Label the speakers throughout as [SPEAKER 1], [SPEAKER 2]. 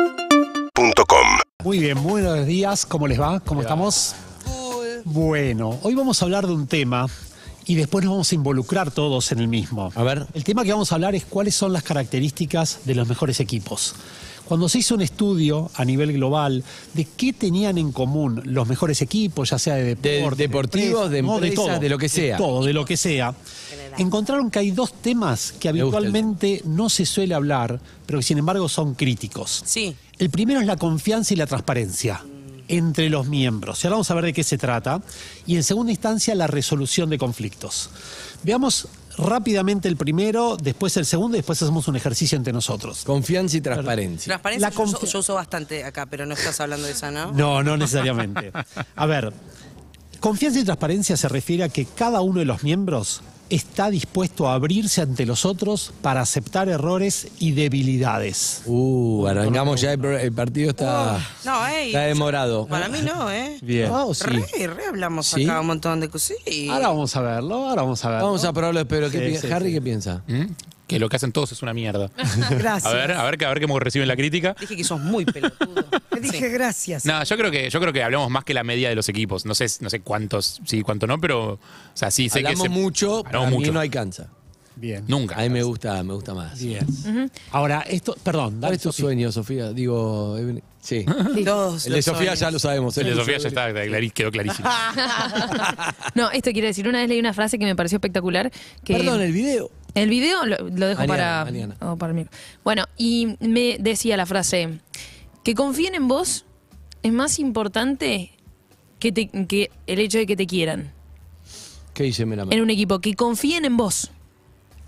[SPEAKER 1] UrbanaPlayFM.com
[SPEAKER 2] Muy bien, buenos días, ¿cómo les va? ¿Cómo estamos? Bueno, hoy vamos a hablar de un tema y después nos vamos a involucrar todos en el mismo.
[SPEAKER 3] A ver.
[SPEAKER 2] El tema que vamos a hablar es cuáles son las características de los mejores equipos. Cuando se hizo un estudio a nivel global de qué tenían en común los mejores equipos, ya sea de deportes, de
[SPEAKER 3] deportivos, de
[SPEAKER 2] no,
[SPEAKER 3] empresas,
[SPEAKER 2] todo,
[SPEAKER 3] de lo que sea.
[SPEAKER 2] todo, de lo que sea, encontraron que hay dos temas que
[SPEAKER 3] Me gusta el-
[SPEAKER 2] habitualmente no se suele hablar, pero que sin embargo son críticos.
[SPEAKER 4] Sí.
[SPEAKER 2] El primero es la confianza y la transparencia entre los miembros. Y ahora vamos a ver de qué se trata. Y en segunda instancia, la resolución de conflictos. Veamos rápidamente el primero, después el segundo y después hacemos un ejercicio entre nosotros.
[SPEAKER 3] Confianza y transparencia.
[SPEAKER 4] Transparencia
[SPEAKER 2] La
[SPEAKER 4] yo, uso-
[SPEAKER 2] confi-
[SPEAKER 4] yo uso bastante acá, pero no estás hablando de esa, ¿no?
[SPEAKER 2] No, no necesariamente. A ver, confianza y transparencia se refiere a que cada uno de los miembros está dispuesto a abrirse ante los otros para aceptar errores y debilidades.
[SPEAKER 3] Uh, arrancamos ya, el, pro- el partido está,
[SPEAKER 4] Uh, No, eh. ey.
[SPEAKER 3] está demorado.
[SPEAKER 4] Para mí no, ¿eh?
[SPEAKER 2] Bien.
[SPEAKER 5] Oh,
[SPEAKER 3] Ah, ¿o sí?
[SPEAKER 4] Re, re hablamos
[SPEAKER 3] ¿Sí?
[SPEAKER 4] acá un montón de cosas. Sí.
[SPEAKER 2] Ahora vamos a verlo, ahora vamos a verlo.
[SPEAKER 3] Vamos a probarlo, pero ¿qué
[SPEAKER 2] Sí,
[SPEAKER 3] pi-
[SPEAKER 2] sí,
[SPEAKER 3] Harry
[SPEAKER 2] sí.
[SPEAKER 3] qué piensa?
[SPEAKER 6] ¿Mm? Que lo que hacen todos es una mierda.
[SPEAKER 4] gracias.
[SPEAKER 6] A ver, a ver, que- a ver cómo reciben la crítica.
[SPEAKER 4] Dije que sos muy pelotudo. dije gracias.
[SPEAKER 6] No, yo creo que yo creo que hablamos más que la media de los equipos. No sé, no sé cuántos, sí, cuánto no, pero o sea, sí sé
[SPEAKER 3] Hablamos
[SPEAKER 6] que se-
[SPEAKER 3] mucho,
[SPEAKER 6] hablamos
[SPEAKER 3] a mí
[SPEAKER 6] mucho.
[SPEAKER 3] no alcanza.
[SPEAKER 2] Bien.
[SPEAKER 6] nunca.
[SPEAKER 3] A mí me gusta, me gusta más.
[SPEAKER 2] Bien. Ahora, esto, perdón,
[SPEAKER 3] ¿Cuál
[SPEAKER 2] dale
[SPEAKER 3] es tu
[SPEAKER 2] Sofi.
[SPEAKER 3] sueño, Sofía? Digo, Evelyn. sí.
[SPEAKER 4] Todos
[SPEAKER 3] El de
[SPEAKER 4] los
[SPEAKER 3] Sofía ya
[SPEAKER 4] sueños.
[SPEAKER 3] lo sabemos. ¿eh?
[SPEAKER 6] El de
[SPEAKER 3] el
[SPEAKER 6] Sofía ya
[SPEAKER 3] de-
[SPEAKER 6] está, está clarí- quedó clarísimo.
[SPEAKER 7] No, esto quiere decir, una vez leí una frase que me pareció espectacular. Que
[SPEAKER 3] Perdón, el video.
[SPEAKER 7] el video lo, lo dejo
[SPEAKER 3] Mañana,
[SPEAKER 7] para,
[SPEAKER 3] mañana.
[SPEAKER 7] o para mí. Bueno, y me decía la frase, que confíen en vos es más importante que, te- que el hecho de que te quieran
[SPEAKER 3] ¿Qué dice Melamar?
[SPEAKER 7] en un equipo, que confíen en vos.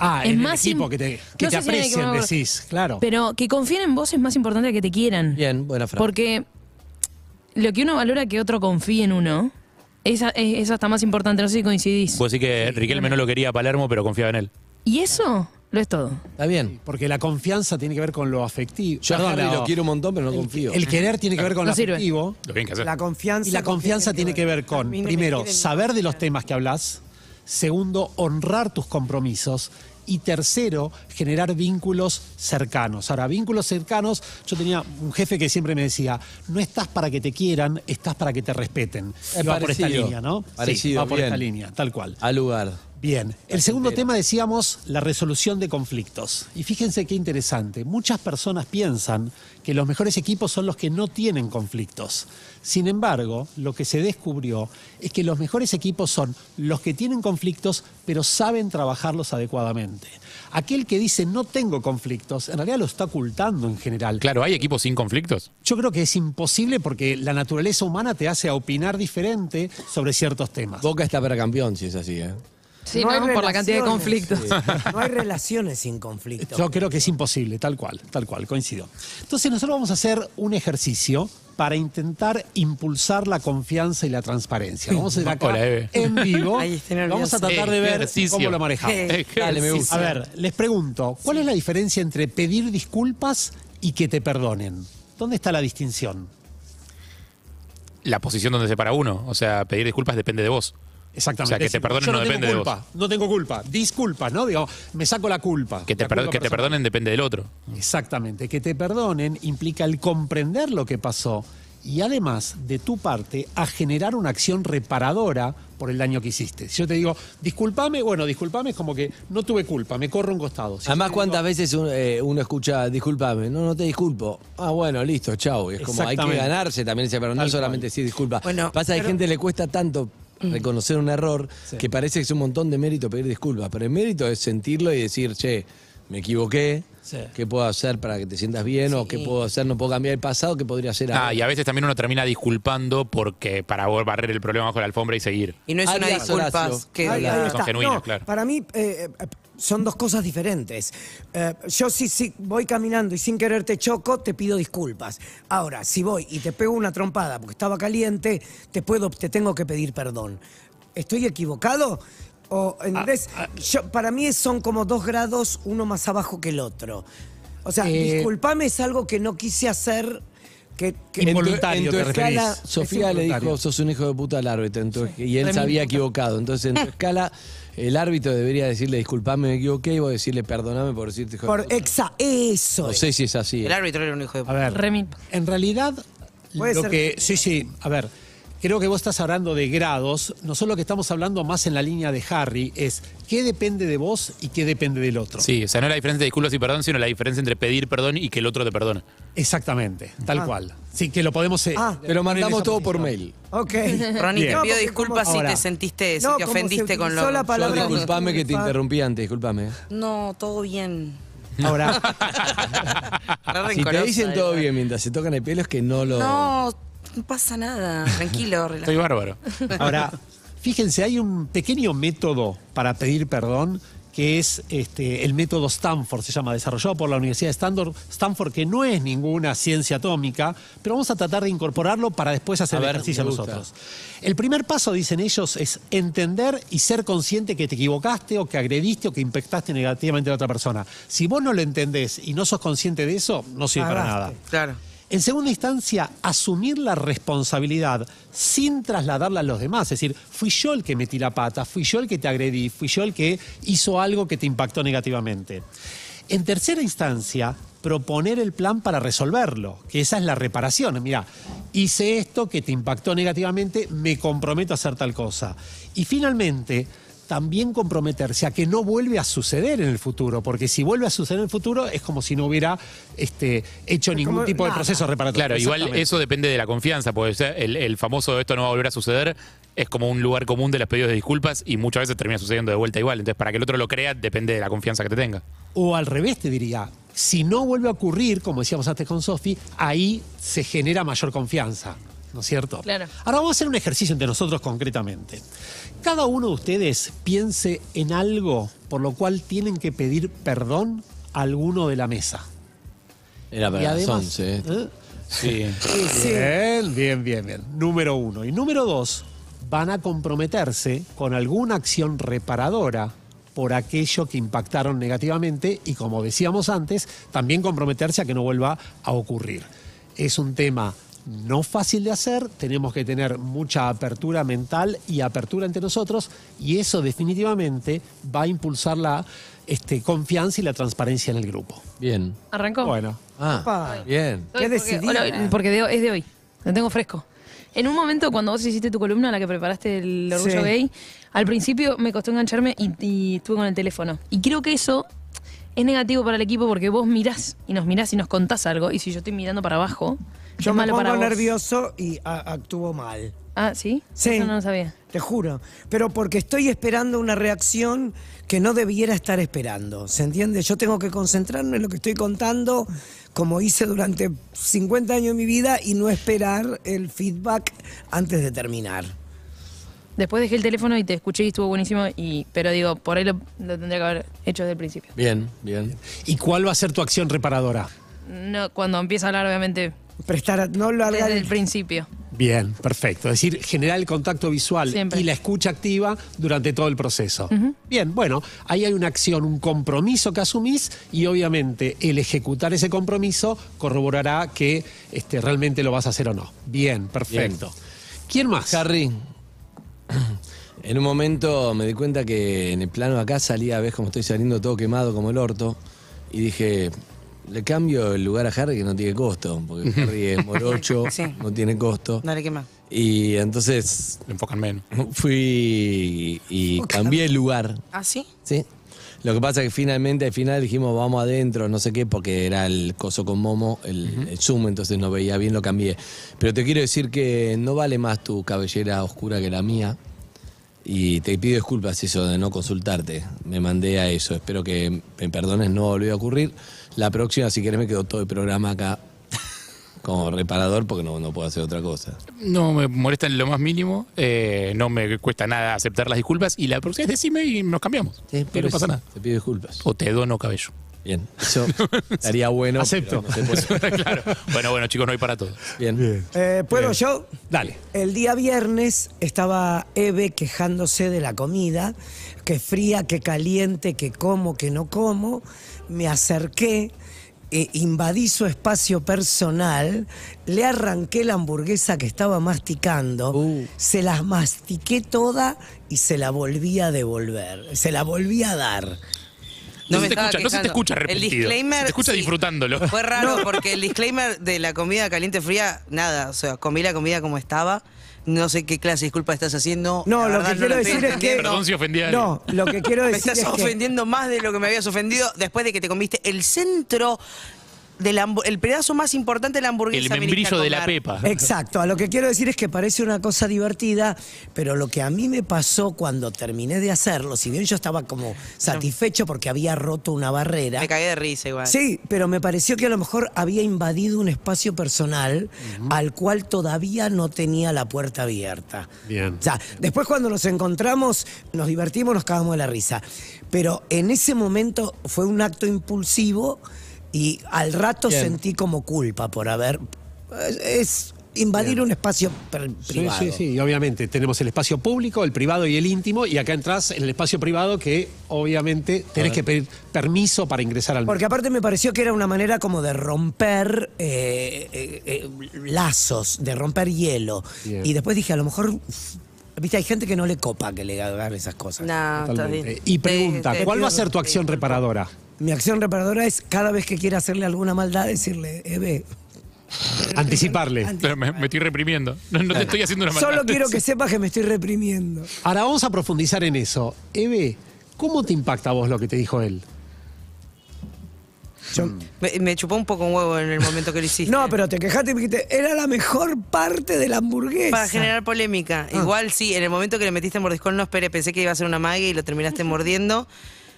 [SPEAKER 2] Ah,
[SPEAKER 7] es
[SPEAKER 2] en
[SPEAKER 7] más
[SPEAKER 2] el equipo
[SPEAKER 7] im-
[SPEAKER 2] que te,
[SPEAKER 7] No
[SPEAKER 2] que
[SPEAKER 7] sé
[SPEAKER 2] te
[SPEAKER 7] si en el
[SPEAKER 2] aprecien,
[SPEAKER 7] equipo, no,
[SPEAKER 2] decís, claro.
[SPEAKER 7] Pero que confíen en vos es más importante que te quieran.
[SPEAKER 3] Bien, buena frase.
[SPEAKER 7] Porque lo que uno valora que otro confíe en uno, esa, es, esa está más importante, no sé si coincidís.
[SPEAKER 3] Pues
[SPEAKER 6] Vos sí que Riquelme no lo quería a Palermo, pero confiaba en él.
[SPEAKER 7] Y eso lo es todo.
[SPEAKER 3] Está bien.
[SPEAKER 2] Porque la confianza tiene que ver con lo afectivo.
[SPEAKER 3] Yo a
[SPEAKER 2] Perdón,
[SPEAKER 3] Harry
[SPEAKER 2] no.
[SPEAKER 3] lo quiero un montón, pero no confío.
[SPEAKER 2] El querer tiene que ver con
[SPEAKER 7] No
[SPEAKER 2] lo
[SPEAKER 7] sirve.
[SPEAKER 2] afectivo.
[SPEAKER 6] Lo bien que hacer.
[SPEAKER 5] La confianza.
[SPEAKER 2] Y la confianza tiene que ver
[SPEAKER 5] A
[SPEAKER 2] con,
[SPEAKER 5] mí no me
[SPEAKER 2] primero,
[SPEAKER 5] quieren-
[SPEAKER 2] saber de los temas que hablas. Segundo, honrar tus compromisos. Y tercero, generar vínculos cercanos. Ahora, vínculos cercanos, yo tenía un jefe que siempre me decía, no estás para que te quieran, estás para que te respeten.
[SPEAKER 3] Es
[SPEAKER 2] Y va por esta
[SPEAKER 3] parecido.
[SPEAKER 2] línea, ¿no? Sí,
[SPEAKER 3] Parecido,
[SPEAKER 2] va por esta
[SPEAKER 3] bien.
[SPEAKER 2] línea, tal cual.
[SPEAKER 3] Al lugar.
[SPEAKER 2] Bien, el segundo tema decíamos la resolución de conflictos. Y fíjense qué interesante, muchas personas piensan que los mejores equipos son los que no tienen conflictos. Sin embargo, lo que se descubrió es que los mejores equipos son los que tienen conflictos, pero saben trabajarlos adecuadamente. Aquel que dice no tengo conflictos, en realidad lo está ocultando en general.
[SPEAKER 6] Claro, hay equipos sin conflictos.
[SPEAKER 2] Yo creo que es imposible porque la naturaleza humana te hace opinar diferente sobre ciertos temas.
[SPEAKER 3] Boca está para campeón, si es así, ¿eh?
[SPEAKER 7] Sí,
[SPEAKER 5] hay
[SPEAKER 7] por la cantidad de
[SPEAKER 5] relaciones.
[SPEAKER 7] conflictos.
[SPEAKER 5] No hay relaciones sin conflicto.
[SPEAKER 2] Yo creo que es imposible, tal cual, tal cual, coincido. Entonces nosotros vamos a hacer un ejercicio para intentar impulsar la confianza y la transparencia. Lo Vamos a hacer acá
[SPEAKER 6] Hola, Eve.
[SPEAKER 2] en vivo.
[SPEAKER 4] Ay, estoy nerviosa.
[SPEAKER 2] Vamos a tratar de ver
[SPEAKER 6] Ejercicio.
[SPEAKER 2] cómo lo manejamos.
[SPEAKER 6] Ejercicio.
[SPEAKER 3] Dale, me gusta.
[SPEAKER 2] A ver, les pregunto, ¿cuál es la diferencia entre pedir disculpas y que te perdonen? ¿Dónde está la distinción?
[SPEAKER 6] La posición donde se para uno. O sea, pedir disculpas depende de vos.
[SPEAKER 2] Exactamente.
[SPEAKER 6] O sea, que te
[SPEAKER 2] Decir,
[SPEAKER 6] perdonen
[SPEAKER 2] yo
[SPEAKER 6] no
[SPEAKER 2] tengo
[SPEAKER 6] depende de vos.
[SPEAKER 2] culpa, No tengo culpa. Disculpas, ¿no? Digo, me saco la culpa.
[SPEAKER 6] Que te,
[SPEAKER 2] La
[SPEAKER 6] perdo-
[SPEAKER 2] culpa
[SPEAKER 6] que te
[SPEAKER 2] personal.
[SPEAKER 6] perdonen depende del otro.
[SPEAKER 2] Exactamente, que te perdonen implica el comprender lo que pasó y además de tu parte a generar una acción reparadora por el daño que hiciste. Si yo te digo, discúlpame, bueno, discúlpame es como que no tuve culpa, me corro un costado. Si
[SPEAKER 3] Además,
[SPEAKER 2] yo te
[SPEAKER 3] ¿cuántas veces un- eh, uno escucha, discúlpame, no, no te disculpo? Ah, bueno, listo, chao. Es como hay que
[SPEAKER 2] Exactamente.
[SPEAKER 3] ganarse también ese perdón, no
[SPEAKER 2] Tal
[SPEAKER 3] solamente
[SPEAKER 2] cual.
[SPEAKER 3] decir disculpa.
[SPEAKER 4] Bueno,
[SPEAKER 3] Pasa que a
[SPEAKER 4] pero- Mm.
[SPEAKER 3] gente le cuesta tanto reconocer un error que parece que es un montón de mérito pedir disculpas, pero el mérito es sentirlo y decir, che, me equivoqué,
[SPEAKER 2] Sí.
[SPEAKER 3] ¿qué puedo hacer para que te sientas bien? ¿O qué puedo hacer? No puedo cambiar el pasado, ¿qué podría hacer
[SPEAKER 6] Ah,
[SPEAKER 3] ahora?
[SPEAKER 6] y a veces también uno termina disculpando porque para barrer el problema bajo la alfombra y seguir.
[SPEAKER 4] Y no es una
[SPEAKER 3] Arias,
[SPEAKER 4] disculpa.
[SPEAKER 3] Horacio.
[SPEAKER 4] Que...
[SPEAKER 5] Ahí- ahí
[SPEAKER 6] Son
[SPEAKER 5] está.
[SPEAKER 6] genuinas,
[SPEAKER 5] No,
[SPEAKER 6] claro.
[SPEAKER 5] Para mí eh, eh, son dos cosas diferentes. Eh, yo si, si voy caminando y sin querer te choco, te pido disculpas. Ahora, si voy y te pego una trompada porque estaba caliente, te puedo, te tengo que pedir perdón. ¿Estoy equivocado? O, ¿entendés? Yo- para mí son como dos grados, uno más abajo que el otro. O sea,
[SPEAKER 2] Eh,
[SPEAKER 5] disculpame es algo que no quise hacer. Que, que-
[SPEAKER 3] En tu-
[SPEAKER 2] Involuntario
[SPEAKER 3] en tu
[SPEAKER 2] te referís.
[SPEAKER 3] escala, Sofía
[SPEAKER 2] Es
[SPEAKER 3] le
[SPEAKER 2] involuntario.
[SPEAKER 3] dijo, sos un hijo de puta al árbitro, en tu- y él se había equivocado. Entonces, en tu escala, El árbitro debería decirle disculpame, me equivoqué, o decirle perdoname por decirte hijo de
[SPEAKER 5] Por
[SPEAKER 3] puta".
[SPEAKER 5] exa, eso.
[SPEAKER 3] No
[SPEAKER 5] es.
[SPEAKER 3] sé si es así.
[SPEAKER 4] El
[SPEAKER 3] eh.
[SPEAKER 4] árbitro era un hijo de
[SPEAKER 2] A
[SPEAKER 4] puta.
[SPEAKER 2] ver,
[SPEAKER 7] Remil.
[SPEAKER 2] en realidad,
[SPEAKER 5] Puede
[SPEAKER 2] lo
[SPEAKER 5] ser-
[SPEAKER 2] que. Sí, sí, a ver. Creo que vos estás hablando de grados. Nosotros lo que estamos hablando más en la línea de Harry es qué depende de vos y qué depende del otro.
[SPEAKER 6] Sí, o sea, no la diferencia de disculpas y perdón, sino la diferencia entre pedir perdón y que el otro te perdone.
[SPEAKER 2] Exactamente, tal cual. Sí, que lo podemos. eh,
[SPEAKER 5] Ah,
[SPEAKER 3] Pero mandamos
[SPEAKER 2] esa
[SPEAKER 3] todo por
[SPEAKER 2] posición.
[SPEAKER 3] mail.
[SPEAKER 5] Ok.
[SPEAKER 4] Ronnie,
[SPEAKER 2] Bien.
[SPEAKER 4] te pido
[SPEAKER 5] No, porque
[SPEAKER 4] disculpas
[SPEAKER 5] como-
[SPEAKER 4] si
[SPEAKER 2] Ahora.
[SPEAKER 4] te sentiste, si
[SPEAKER 5] No,
[SPEAKER 4] te
[SPEAKER 5] como se
[SPEAKER 4] ofendiste con
[SPEAKER 5] utilizó
[SPEAKER 4] lo
[SPEAKER 5] la
[SPEAKER 3] Yo,
[SPEAKER 5] palabra-
[SPEAKER 3] disculpame que te interrumpí antes, disculpame. ¿eh?
[SPEAKER 4] No, todo bien.
[SPEAKER 2] Ahora,
[SPEAKER 4] Re
[SPEAKER 3] Si te
[SPEAKER 4] rencorosa,
[SPEAKER 3] dicen
[SPEAKER 4] eh.
[SPEAKER 3] todo bien mientras se tocan el pelo es que no lo...
[SPEAKER 4] No, no pasa nada. Tranquilo, relájate.
[SPEAKER 6] Estoy bárbaro.
[SPEAKER 2] Ahora, fíjense, hay un pequeño método para pedir perdón que es este, el método Stanford, se llama, desarrollado por la Universidad de Stanford, Stanford, que no es ninguna ciencia atómica, pero vamos a tratar de incorporarlo para después hacer
[SPEAKER 3] A
[SPEAKER 2] el
[SPEAKER 3] ver,
[SPEAKER 2] ejercicio
[SPEAKER 3] me gusta.
[SPEAKER 2] nosotros. El primer paso, dicen ellos, es entender y ser consciente que te equivocaste o que agrediste o que impactaste negativamente a la otra persona. Si vos no lo entendés y no sos consciente de eso, no sirve para
[SPEAKER 5] Cagaste.
[SPEAKER 2] nada.
[SPEAKER 4] Claro.
[SPEAKER 2] En segunda instancia, asumir la responsabilidad sin trasladarla a los demás. Es decir, fui yo el que metí la pata, fui yo el que te agredí, fui yo el que hizo algo que te impactó negativamente. En tercera instancia, proponer el plan para resolverlo, que esa es la reparación. Mira, hice esto que te impactó negativamente, me comprometo a hacer tal cosa. Y finalmente, también comprometerse a que no vuelve a suceder en el futuro, porque si vuelve a suceder en el futuro es como si no hubiera este, hecho ningún
[SPEAKER 5] como
[SPEAKER 2] tipo de
[SPEAKER 5] nada.
[SPEAKER 2] proceso reparatorio.
[SPEAKER 6] Claro, igual
[SPEAKER 2] Exactamente.
[SPEAKER 6] eso depende de la confianza, porque o sea, el, el famoso esto no va a volver a suceder es como un lugar común de los pedidos de disculpas y muchas veces termina sucediendo de vuelta igual. Entonces, para que el otro lo crea, depende de la confianza que te tenga.
[SPEAKER 2] O al revés, te diría, si no vuelve a ocurrir, como decíamos antes con Sofi, ahí se genera mayor confianza. ¿No es cierto?
[SPEAKER 7] Claro.
[SPEAKER 2] Ahora vamos a hacer un ejercicio entre nosotros concretamente. Cada uno de ustedes piense en algo por lo cual tienen que pedir perdón a alguno de la mesa.
[SPEAKER 3] Era para las 11. eh.
[SPEAKER 2] ¿eh?
[SPEAKER 6] Sí.
[SPEAKER 2] Bien, bien, bien, bien. Número uno. Y número dos, van a comprometerse con alguna acción reparadora por aquello que impactaron negativamente y como decíamos antes, también comprometerse a que no vuelva a ocurrir. Es un tema no fácil de hacer, tenemos que tener mucha apertura mental y apertura entre nosotros y eso definitivamente va a impulsar la este, confianza y la transparencia en el grupo.
[SPEAKER 3] Bien.
[SPEAKER 7] ¿Arrancó?
[SPEAKER 2] Bueno.
[SPEAKER 3] Ah,
[SPEAKER 5] Opa.
[SPEAKER 3] bien.
[SPEAKER 7] Soy
[SPEAKER 5] Qué
[SPEAKER 7] porque-
[SPEAKER 5] decidida.
[SPEAKER 7] hola, porque de- es de hoy. Lo tengo fresco. En un momento, cuando vos hiciste tu columna, la que preparaste el orgullo
[SPEAKER 5] Sí.
[SPEAKER 7] gay, al principio me costó engancharme y, y estuve con el teléfono. Y creo que eso es negativo para el equipo porque vos mirás y nos mirás y nos contás algo. Y si yo estoy mirando para abajo,
[SPEAKER 5] Yo
[SPEAKER 7] es
[SPEAKER 5] me
[SPEAKER 7] malo
[SPEAKER 5] pongo
[SPEAKER 7] para vos.
[SPEAKER 5] nervioso y a- actúo mal.
[SPEAKER 7] Ah, ¿sí?
[SPEAKER 5] Sí.
[SPEAKER 7] Eso no lo sabía.
[SPEAKER 5] Te juro. Pero porque estoy esperando una reacción que no debiera estar esperando. ¿Se entiende? Yo tengo que concentrarme en lo que estoy contando, como hice durante 50 años de mi vida, y no esperar el feedback antes de terminar.
[SPEAKER 7] Después dejé el teléfono y te escuché y estuvo buenísimo. Y, pero digo, por ahí lo, lo tendría que haber hecho desde el principio.
[SPEAKER 3] Bien, bien.
[SPEAKER 2] ¿Y cuál va a ser tu acción reparadora?
[SPEAKER 7] No, cuando empieza a hablar, obviamente,
[SPEAKER 5] Prestar, a- no lo
[SPEAKER 7] desde el
[SPEAKER 5] hagan.
[SPEAKER 7] principio.
[SPEAKER 2] Bien, perfecto. Es decir, generar el contacto visual
[SPEAKER 7] Siempre.
[SPEAKER 2] y la escucha activa durante todo el proceso. Bien, bueno, ahí hay una acción, un compromiso que asumís y obviamente el ejecutar ese compromiso corroborará que este, realmente lo vas a hacer o no. Bien, perfecto. ¿Quién más?
[SPEAKER 3] Harry, en un momento me di cuenta que en el plano de acá salía, ves como estoy saliendo todo quemado como el orto, y dije, le cambio el lugar a Harry que no tiene costo, porque Harry es morocho,
[SPEAKER 4] Sí.
[SPEAKER 3] no tiene costo.
[SPEAKER 4] Dale, ¿qué más?
[SPEAKER 3] Y entonces
[SPEAKER 6] Lo enfocan menos.
[SPEAKER 3] fui y cambié el lugar.
[SPEAKER 4] ¿Ah, sí?
[SPEAKER 3] Sí. Lo que pasa es que finalmente, al final dijimos, vamos adentro, no sé qué, porque era el coso con Momo, el, el Zoom, entonces no veía bien, lo cambié. Pero te quiero decir que no vale más tu cabellera oscura que la mía. Y te pido disculpas eso de no consultarte. Me mandé a eso. Espero que me perdones, no volvió a ocurrir. La próxima, si querés, me quedo todo el programa acá como reparador porque no, no puedo hacer otra cosa.
[SPEAKER 6] No me molesta en lo más mínimo, eh, no me cuesta nada aceptar las disculpas y la próxima es decime y nos cambiamos. Y no pasa nada.
[SPEAKER 3] Te pido disculpas.
[SPEAKER 6] O te dono cabello.
[SPEAKER 3] Bien. Eso estaría bueno.
[SPEAKER 2] Acepto.
[SPEAKER 3] pero no se puede.
[SPEAKER 6] claro. Bueno, bueno, chicos, no hay para todo.
[SPEAKER 3] Bien.
[SPEAKER 5] Eh, ¿Puedo yo?
[SPEAKER 2] Dale.
[SPEAKER 5] El día viernes estaba Eve quejándose de la comida, que fría, que caliente, que como, que no como. Me acerqué eh, invadí su espacio personal, le arranqué la hamburguesa que estaba masticando,
[SPEAKER 3] Uh.
[SPEAKER 5] se las mastiqué toda y se la volví a devolver, se la volví a dar.
[SPEAKER 6] No,
[SPEAKER 4] me
[SPEAKER 6] se te
[SPEAKER 4] estaba
[SPEAKER 6] escucha, no se te
[SPEAKER 4] quejando.
[SPEAKER 6] escucha arrepentido.
[SPEAKER 4] El disclaimer,
[SPEAKER 6] se te escucha
[SPEAKER 4] sí.
[SPEAKER 6] disfrutándolo.
[SPEAKER 4] Fue raro porque el disclaimer de la comida caliente fría, nada, o sea, comí la comida como estaba. No sé qué clase de disculpa estás haciendo.
[SPEAKER 5] No,
[SPEAKER 4] la
[SPEAKER 5] lo
[SPEAKER 4] verdad
[SPEAKER 5] que quiero
[SPEAKER 4] la
[SPEAKER 5] decir
[SPEAKER 4] estoy
[SPEAKER 5] es que.
[SPEAKER 4] entendiendo.
[SPEAKER 6] Perdón si ofendí a
[SPEAKER 5] No, lo que quiero
[SPEAKER 4] Me
[SPEAKER 5] decir
[SPEAKER 4] estás
[SPEAKER 5] es que.
[SPEAKER 4] ofendiendo más de lo que me habías ofendido después de que te comiste el centro del hambu- el pedazo más importante de la hamburguesa.
[SPEAKER 6] El
[SPEAKER 4] viniste a
[SPEAKER 6] membrillo de la
[SPEAKER 4] comer.
[SPEAKER 6] pepa.
[SPEAKER 5] Exacto, a lo que quiero decir es que parece una cosa divertida, pero lo que a mí me pasó cuando terminé de hacerlo, si bien yo estaba como satisfecho porque había roto una barrera.
[SPEAKER 4] Me cagué de risa igual.
[SPEAKER 5] Sí, pero me pareció que a lo mejor había invadido un espacio personal al cual todavía no tenía la puerta abierta.
[SPEAKER 2] Bien.
[SPEAKER 5] O sea, después cuando nos encontramos, nos divertimos, nos cagamos de la risa. Pero en ese momento fue un acto impulsivo y al rato
[SPEAKER 3] Bien.
[SPEAKER 5] sentí como culpa por haber. Es invadir un espacio per-
[SPEAKER 2] Sí,
[SPEAKER 5] privado.
[SPEAKER 2] sí, sí, y obviamente tenemos el espacio público, el privado y el íntimo, y acá entras en el espacio privado que obviamente tenés que pedir permiso para ingresar al
[SPEAKER 5] Porque aparte me pareció que era una manera como de romper eh, eh, eh, lazos, de romper hielo.
[SPEAKER 2] Bien.
[SPEAKER 5] Y después dije, a lo mejor, uf, viste, hay gente que no le copa que le hagan esas cosas.
[SPEAKER 4] No, estás
[SPEAKER 2] Totalmente.
[SPEAKER 4] bien.
[SPEAKER 2] Y
[SPEAKER 4] Te-
[SPEAKER 2] pregunta,
[SPEAKER 4] te
[SPEAKER 2] ¿cuál va a
[SPEAKER 4] pido-
[SPEAKER 2] ser tu
[SPEAKER 4] te
[SPEAKER 2] acción
[SPEAKER 4] disculpo.
[SPEAKER 2] reparadora?
[SPEAKER 5] Mi acción reparadora es cada vez que quiera hacerle alguna maldad, decirle, Eve,
[SPEAKER 2] Anticiparle.
[SPEAKER 6] Pero me, me estoy reprimiendo. No, no te estoy haciendo una maldad.
[SPEAKER 5] solo quiero que sepas que me estoy reprimiendo.
[SPEAKER 2] Ahora vamos a profundizar en eso. Eve, ¿cómo te impacta a vos lo que te dijo él?
[SPEAKER 5] Yo-
[SPEAKER 4] Me, me chupó un poco un huevo en el momento que lo hiciste.
[SPEAKER 5] no, pero te quejaste y me dijiste, era la mejor parte de la hamburguesa.
[SPEAKER 4] Para generar
[SPEAKER 5] Ah.
[SPEAKER 4] polémica. Igual sí, en el momento que le metiste mordiscón no esperé, pensé que iba a ser una magia y lo terminaste mordiendo.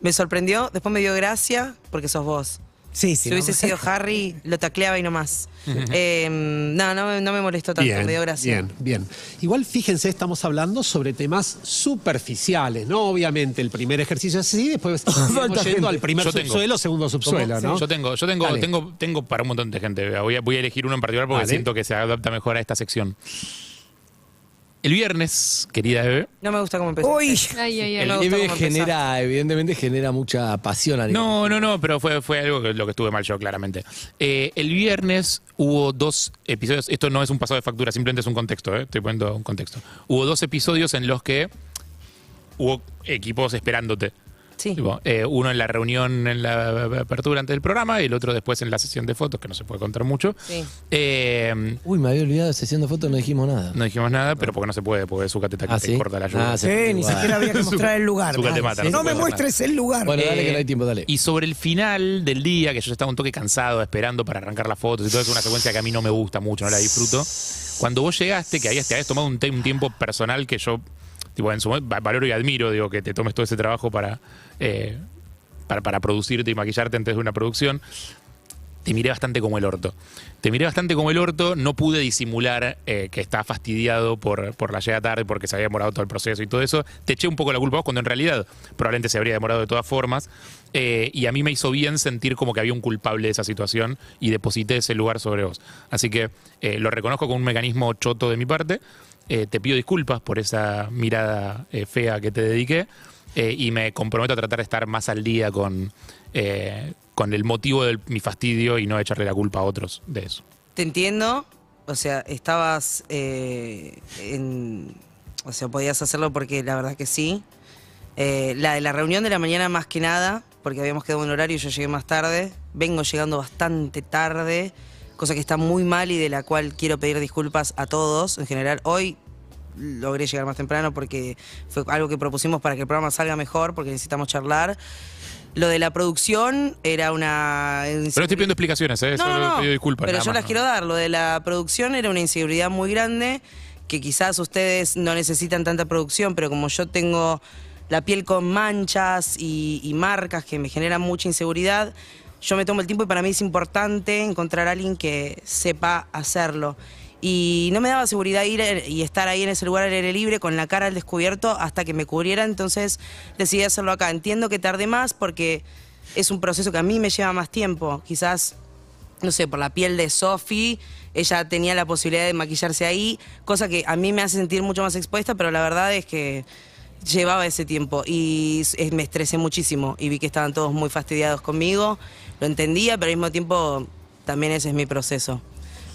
[SPEAKER 4] Me sorprendió, después me dio gracia porque sos vos.
[SPEAKER 5] Sí,
[SPEAKER 4] Si
[SPEAKER 5] sí.
[SPEAKER 4] hubiese
[SPEAKER 5] no-
[SPEAKER 4] sido Harry, lo tacleaba y no más. Eh, no, no, me- no me molestó tanto, me dio gracia.
[SPEAKER 2] Bien, bien. Igual fíjense, estamos hablando sobre temas superficiales, ¿no? Obviamente el primer ejercicio es así, después vamos yendo al primer
[SPEAKER 6] Yo tengo.
[SPEAKER 2] subsuelo, segundo subsuelo, ¿no?
[SPEAKER 6] Yo tengo, yo tengo,
[SPEAKER 2] Dale.
[SPEAKER 6] tengo, tengo para un montón de gente. Voy a, voy a elegir uno en particular porque
[SPEAKER 2] Dale.
[SPEAKER 6] siento que se adapta mejor a esta sección. El viernes, querida Eve.
[SPEAKER 4] No me gusta cómo empezó.
[SPEAKER 5] Uy,
[SPEAKER 7] Ay, ay, ay.
[SPEAKER 6] El-
[SPEAKER 4] Me gustó
[SPEAKER 3] Eve
[SPEAKER 4] cómo empezó.
[SPEAKER 3] genera, evidentemente genera mucha pasión a nivel-
[SPEAKER 6] No, no, no, pero fue, fue algo que, lo que estuve mal yo, claramente. Eh, el viernes hubo dos episodios. Esto no es un pasado de factura, simplemente es un contexto, ¿eh? estoy poniendo un contexto. Hubo dos episodios en los que hubo equipos esperándote.
[SPEAKER 4] Sí.
[SPEAKER 6] Tipo, eh, uno en la reunión, en la apertura antes del programa, y el otro después en la sesión de fotos, que no se puede contar mucho.
[SPEAKER 4] Sí.
[SPEAKER 6] Eh,
[SPEAKER 3] Uy, me había olvidado, se haciendo fotos no dijimos nada.
[SPEAKER 6] no dijimos nada, pero porque no se puede, porque su cateta
[SPEAKER 3] Ah,
[SPEAKER 6] que te
[SPEAKER 3] ¿sí?
[SPEAKER 6] corta la ayuda.
[SPEAKER 3] Ah, sí.
[SPEAKER 5] sí, ni
[SPEAKER 3] Igual.
[SPEAKER 5] siquiera había que mostrar el lugar.
[SPEAKER 6] Zucca te
[SPEAKER 5] dale.
[SPEAKER 6] mata,
[SPEAKER 5] no,
[SPEAKER 6] no se
[SPEAKER 5] me
[SPEAKER 6] puede
[SPEAKER 5] muestres el lugar.
[SPEAKER 3] Bueno, dale
[SPEAKER 6] Eh,
[SPEAKER 3] que no hay tiempo, dale.
[SPEAKER 6] Y sobre el final del día, que yo ya estaba un toque cansado, esperando para arrancar las fotos y todo, es una secuencia que a mí no me gusta mucho, no la disfruto. Cuando vos llegaste, que habías, te habías tomado un, te- un tiempo personal que yo, tipo, en su momento va- valoro y admiro, digo, que te tomes todo ese trabajo para, eh, para, para producirte y maquillarte antes de una producción. Te miré bastante como el orto. Te miré bastante como el orto, no pude disimular eh, que estaba fastidiado por, por la llegada tarde, porque se había demorado todo el proceso y todo eso. Te eché un poco la culpa a vos, cuando en realidad probablemente se habría demorado de todas formas. Eh, y a mí me hizo bien sentir como que había un culpable de esa situación y deposité ese lugar sobre vos. Así que eh, lo reconozco con un mecanismo choto de mi parte. Eh, te pido disculpas por esa mirada eh, fea que te dediqué. Eh, y me comprometo a tratar de estar más al día con, eh, con el motivo de mi fastidio y no echarle la culpa a otros de eso.
[SPEAKER 4] Te entiendo. O sea, estabas eh, en. O sea, podías hacerlo porque la verdad que sí. Eh, la de la reunión de la mañana más que nada, porque habíamos quedado en horario y yo llegué más tarde. Vengo llegando bastante tarde, cosa que está muy mal y de la cual quiero pedir disculpas a todos. En general, hoy logré llegar más temprano porque fue algo que propusimos para que el programa salga mejor, porque necesitamos charlar. Lo de la producción era una...
[SPEAKER 6] Pero no estoy pidiendo explicaciones, ¿eh?
[SPEAKER 4] No,
[SPEAKER 6] solo
[SPEAKER 4] no, no.
[SPEAKER 6] pido disculpas.
[SPEAKER 4] Pero
[SPEAKER 6] nada
[SPEAKER 4] yo
[SPEAKER 6] más,
[SPEAKER 4] las
[SPEAKER 6] ¿no?
[SPEAKER 4] quiero dar. Lo de la producción era una inseguridad muy grande, que quizás ustedes no necesitan tanta producción, pero como yo tengo la piel con manchas y, y marcas que me generan mucha inseguridad, yo me tomo el tiempo y para mí es importante encontrar a alguien que sepa hacerlo. Y no me daba seguridad ir eh, y estar ahí en ese lugar al aire libre con la cara al descubierto hasta que me cubriera, entonces decidí hacerlo acá. Entiendo que tardé más porque es un proceso que a mí me lleva más tiempo. Quizás no sé, por la piel de Sophie, ella tenía la posibilidad de maquillarse ahí, cosa que a mí me hace sentir mucho más expuesta, pero la verdad es que llevaba ese tiempo y s- eh, me estresé muchísimo y vi que estaban todos muy fastidiados conmigo. Lo entendía, pero al mismo tiempo también ese es mi proceso.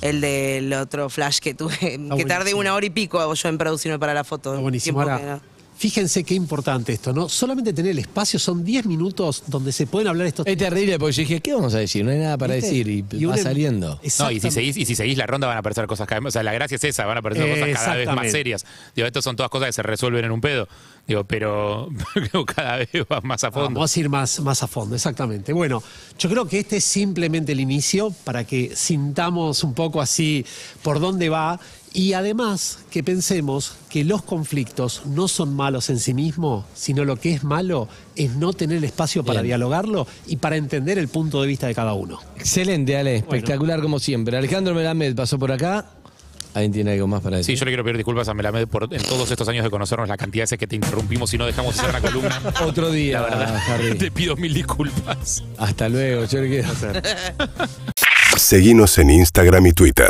[SPEAKER 4] El del otro flash que tuve, que tardé
[SPEAKER 2] buenísimo.
[SPEAKER 4] una hora y pico yo en producirme para la foto.
[SPEAKER 2] Está buenísimo.
[SPEAKER 4] Tiempo que
[SPEAKER 2] Ahora,
[SPEAKER 4] no-
[SPEAKER 2] fíjense qué importante esto, ¿no? Solamente tener el espacio, son 10 minutos donde se pueden hablar estos
[SPEAKER 3] Es terrible porque yo dije, ¿qué vamos a decir? No hay nada para
[SPEAKER 2] ¿viste?
[SPEAKER 3] decir y, va
[SPEAKER 2] una- em-
[SPEAKER 3] saliendo.
[SPEAKER 6] No, y si,
[SPEAKER 2] Exactamente.
[SPEAKER 6] seguís, y si seguís la ronda van a aparecer cosas cada vez O sea, la gracia es esa, van a aparecer cosas cada vez más
[SPEAKER 2] Exactamente.
[SPEAKER 6] serias. Digo, estas son todas cosas que se resuelven en un pedo. Digo, pero pero cada vez vas más a fondo.
[SPEAKER 2] Vamos a ir más, más a fondo, exactamente. Bueno, yo creo que este es simplemente el inicio para que sintamos un poco así por dónde va y además que pensemos que los conflictos no son malos en sí mismos, sino lo que es malo es no tener espacio para
[SPEAKER 3] Bien.
[SPEAKER 2] dialogarlo y para entender el punto de vista de cada uno.
[SPEAKER 3] Excelente, Ale. Espectacular como siempre. Alejandro Melamed pasó por acá. ¿Alguien tiene algo más para
[SPEAKER 6] Sí,
[SPEAKER 3] decir?
[SPEAKER 6] yo le quiero pedir disculpas a Melamed por en todos estos años de conocernos la cantidad de veces que te interrumpimos y no dejamos hacer la columna.
[SPEAKER 3] Otro día,
[SPEAKER 6] La verdad,
[SPEAKER 3] Harry.
[SPEAKER 6] te pido mil disculpas.
[SPEAKER 3] Hasta luego. Yo le quiero...
[SPEAKER 1] Seguinos en Instagram y Twitter.